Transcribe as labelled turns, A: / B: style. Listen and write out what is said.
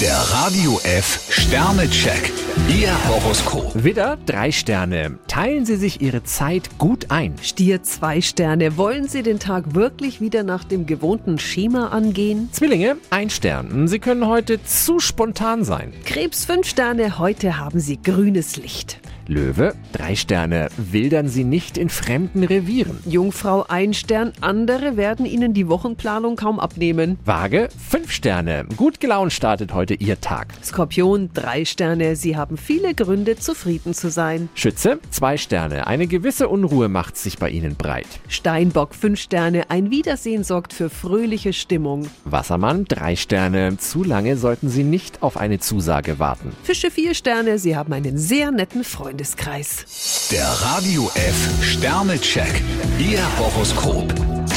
A: Der Radio F Sternecheck. Ihr Horoskop.
B: Widder, drei Sterne. Teilen Sie sich Ihre Zeit gut ein.
C: Stier zwei Sterne. Wollen Sie den Tag wirklich wieder nach dem gewohnten Schema angehen?
B: Zwillinge, ein Stern. Sie können heute zu spontan sein.
C: Krebs fünf Sterne. Heute haben Sie grünes Licht.
B: Löwe, drei Sterne. Wildern Sie nicht in fremden Revieren.
C: Jungfrau ein Stern. Andere werden Ihnen die Wochenplanung kaum abnehmen.
B: Waage, fünf Sterne. Gut gelaunt startet heute Ihr Tag.
C: Skorpion drei Sterne. Sie haben viele Gründe, zufrieden zu sein.
B: Schütze, zwei Sterne. Eine gewisse Unruhe macht sich bei Ihnen breit.
C: Steinbock fünf Sterne. Ein Wiedersehen sorgt für fröhliche Stimmung.
B: Wassermann, drei Sterne. Zu lange sollten Sie nicht auf eine Zusage warten.
C: Fische vier Sterne. Sie haben einen sehr netten Freundeskreis.
A: Der Radio F Sternecheck. Ihr Horoskop.